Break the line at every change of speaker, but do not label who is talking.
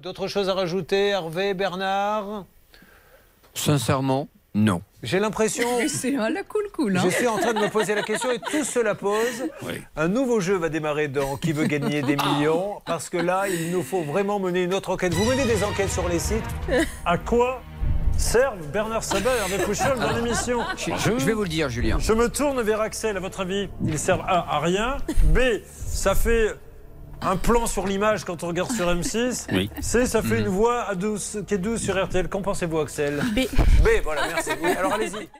D'autres choses à rajouter, Hervé, Bernard
Sincèrement, non.
J'ai l'impression,
C'est un la cool cool. hein.
je suis en train de me poser la question et tous se la posent.
Oui.
Un nouveau jeu va démarrer dans Qui veut gagner des millions Parce que là, il nous faut vraiment mener une autre enquête. Vous menez des enquêtes sur les sites. À quoi servent Bernard Sabat et Hervé Pouchol dans l'émission
Je, je vais vous le dire, Julien.
Je me tourne vers Axel. À votre avis, ils servent A, à rien. B, ça fait un plan sur l'image quand on regarde sur M6.
Oui. Mhm.
C, ça fait une voix à douce, qui est douce sur RTL. Qu'en pensez-vous, Axel B. B, voilà, merci. Oui, alors allez-y.